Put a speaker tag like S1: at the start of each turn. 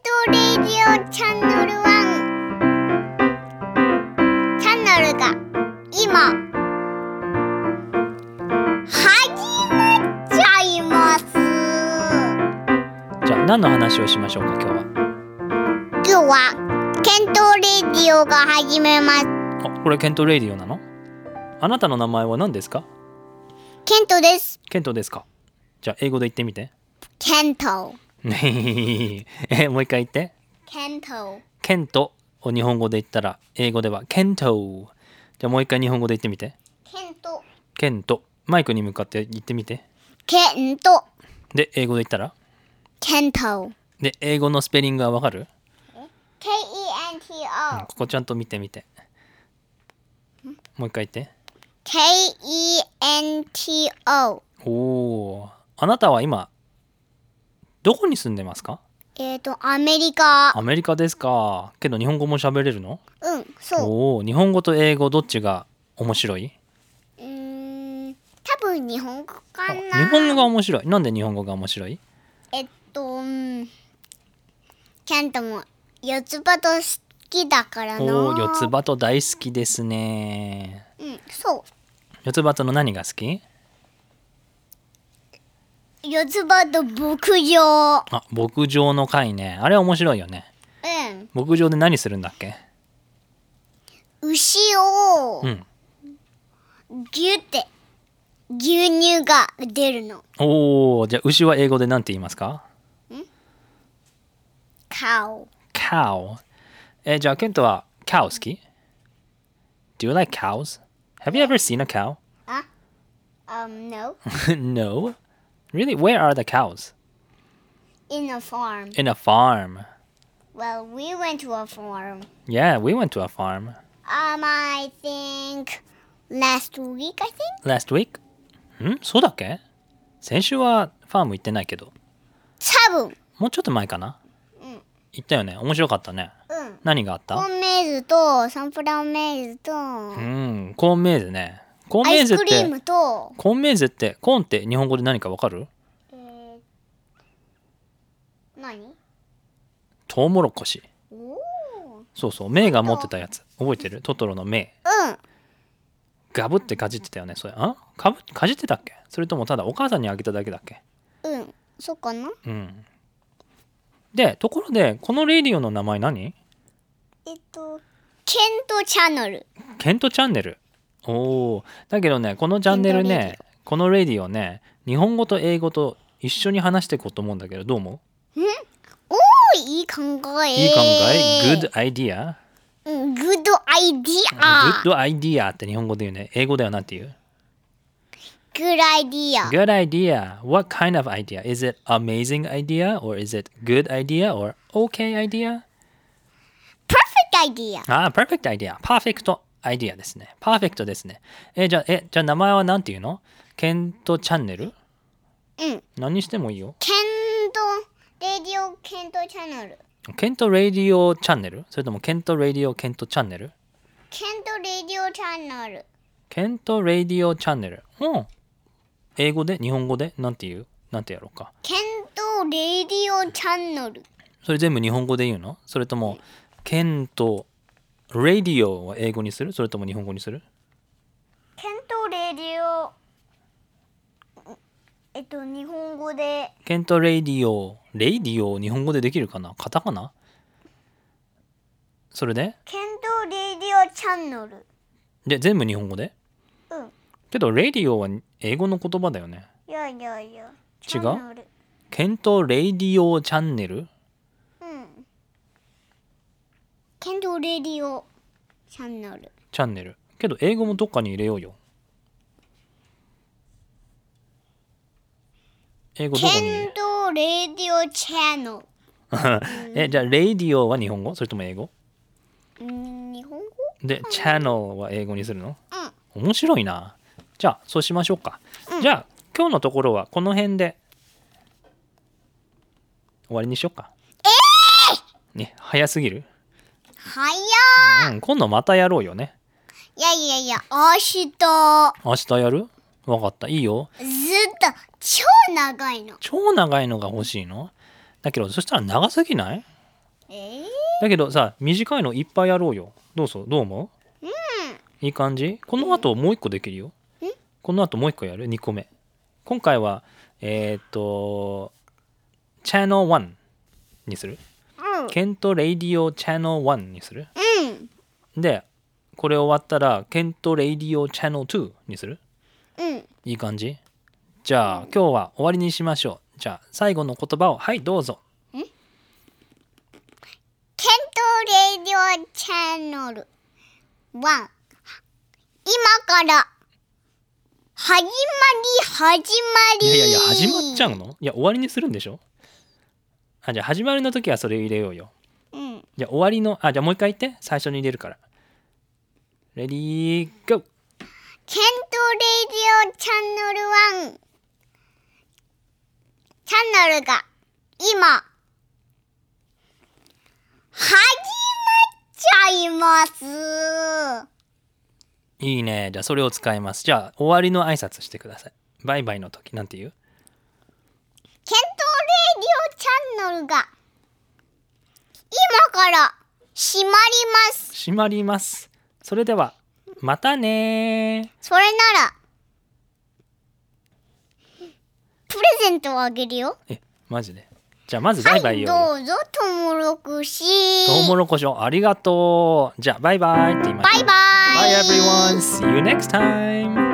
S1: ジオチャンネルワンチャンネルが今始まっちゃいます
S2: じゃあ何の話をしましょうか今日は
S1: 今日は検討レディオが始めます
S2: あこれケントレイディオなのあなたの名前は何ですか
S1: ケントです
S2: ケントですかじゃあ英語で言ってみて
S1: ケント
S2: えもう一回言って
S1: ケント
S2: ケントを日本語で言ったら英語ではケントじゃあもう一回日本語で言ってみて
S1: ケント
S2: ケントマイクに向かって言ってみて
S1: ケント
S2: で英語で言ったら
S1: ケント
S2: で英語のスペリングはわかる
S1: K-E-N-T-O
S2: ここちゃんと見てみてもう一回言って
S1: K E N T O。
S2: おおあなたは今どこに住んでますか
S1: えっ、ー、とアメリカ。
S2: アメリカですか。けど日本語も喋れるの
S1: うん、そう。
S2: おお、日本語と英語どっちが面白いう
S1: ーん、多分日本語か
S2: あ
S1: な。
S2: 日本語が面白い。なんで日本語が面白い
S1: えっと、うん、キャントも四つ葉と好きだから
S2: お
S1: な。
S2: おー、四つ。葉と大好きですね。
S1: うん、そう。
S2: 四つ葉との何が好き
S1: 四つ葉と牧場。
S2: あ、牧場の会ね。あれ面白いよね。
S1: うん、
S2: 牧場で何するんだっけ
S1: 牛を
S2: うん。
S1: ぎゅって牛乳が出るの。
S2: おお、じゃあ牛は英語で何て言いますか
S1: カオ。
S2: ?cow。え、じゃあケントは cow 好き ?Do you like cows? Have you ever seen a cow?
S1: あ、um no
S2: no. Really? Where are the cows?
S1: in a farm.
S2: In a farm.
S1: Well, we went to a farm.
S2: Yeah, we went to a farm
S1: Um, I think last week, I think.
S2: last week. んそうだっけ先週はファーム行ってないけど、
S1: 多分
S2: もうちょっと前かな行ったよね。面白かったね。
S1: うん。
S2: 何があっ
S1: コー
S2: た
S1: ンメーズと、サンプラーメーズと、
S2: うん、コーンメーズね。コーン
S1: ア
S2: メー
S1: イ
S2: ズ
S1: ス
S2: っ
S1: クリー
S2: て、
S1: ムと、
S2: コーンメーズって、コーンって日本語で何かわかる
S1: えー、何
S2: トウモロコシ。
S1: おー
S2: そうそう、メイが持ってたやつ。覚えてるトトロのメイ。
S1: うん。
S2: ガブってかじってたよね。それ、あかぶかじってたっけそれともただお母さんにあげただけだっけ
S1: うん。そうかな
S2: うん。で、ところで、このレディオの名前何
S1: えっと、ケントチャンネル。
S2: ケントチャンネル。おお。だけどね、このチャンネル
S1: ケントレデ
S2: ね、このレディオね、日本語と英語と一緒に話していこうと思うんだけど、どう思
S1: おー、いい考え。
S2: ういい考え ?Good idea?Good
S1: うん、グッドアイディア。
S2: idea って日本語で言うね。英語ではなんて言う
S1: グッドアイディア。
S2: ?Good idea.What kind of idea?Is it amazing idea? Or is it good idea? Or okay idea?
S1: パーフェクトアイディア。
S2: ああ、perfect idea。パーフェクトアイディアですね。パーフェクトですね。え、じゃあ、え、じゃあ名前はなんて言うのケントチャンネル
S1: うん。
S2: 何にしてもいいよ。
S1: ケント、レディオケントチャンネル。
S2: ケント・レディオ・チャンネルそれともケント・レディオ・ケント・チャンネル
S1: ケントレディオチャンネル。
S2: ケント・レディオ・チャンネル。うん。英語で日本語でなんて言うなんてやろうか。
S1: ケントレディオチャンネル。
S2: それ全部日本語で言うのそれとも、ケント・レディオは英語にするそれとも日本語にする
S1: ケントレディオ。えっと、日本語で。
S2: ケント・レディオ、レディオ、日本語でできるかなカタカナそれで
S1: ケントレディオチャンネル。
S2: で、全部日本語で
S1: うん。
S2: けど、レディオは英語の言葉だよね。
S1: いやいやいや。
S2: 違う
S1: チャンネル
S2: ケント・レディオ・チャンネル
S1: うん。ケントレディオチャンネル。
S2: チャンネル。けど英語もどっかに入れようよ。英語どこに入
S1: ケ
S2: れ
S1: ントレディオチャンネル。
S2: え、じゃあ、レディオは日本語それとも英語
S1: うん、日本語
S2: で、チャンネルは英語にするの
S1: うん。
S2: 面白いな。じゃあ、そうしましょうか。じゃあ、今日のところはこの辺で終わりにしようか。ね、早すぎる、
S1: はや
S2: うん、今度またやろうよね。
S1: いやいやいや、明日。
S2: 明日やるわかった。いいよ。
S1: ずっと超長いの。
S2: 超長いのが欲しいのだけど、そしたら長すぎない
S1: ええ
S2: だけどさ短いのいっぱいやろうよどうぞどう思ういい感じこの後もう一個できるよこの後もう一個やる2個目今回はえーっとチャンネル1にする
S1: うん
S2: ケント・レイディオ・チャンネル1にする
S1: うん
S2: でこれ終わったらケント・レイディオ・チャンネル2にする
S1: うん
S2: いい感じじゃあ今日は終わりにしましょうじゃあ最後の言葉をはいどうぞ
S1: ケントレディオチャンネルワン今から始まり始ま
S2: い
S1: り
S2: やいやいや始まっちゃうのいや終わりにするんでしょあじゃあ始まりの時はそれ入れようよ
S1: うん
S2: じゃあ終わりのあじゃあもう一回言って最初に入れるからレディーゴー
S1: ケントレディオチャンネルワンチャンネルが今始まっちゃいます
S2: いいねじゃあそれを使いますじゃあ終わりの挨拶してくださいバイバイの時なんて言う
S1: ケントレディオチャンネルが今から閉まります
S2: 閉まりますそれではまたねー
S1: それならプレゼントをあげるよ
S2: えマジでじゃあまずバイバイよ、
S1: はいどうぞトウモロコシ
S2: トウモロコシをありがとうじゃあバイバイって言いま
S1: バ
S2: し
S1: イ
S2: ょう
S1: バイ
S2: Bye everyone see you next time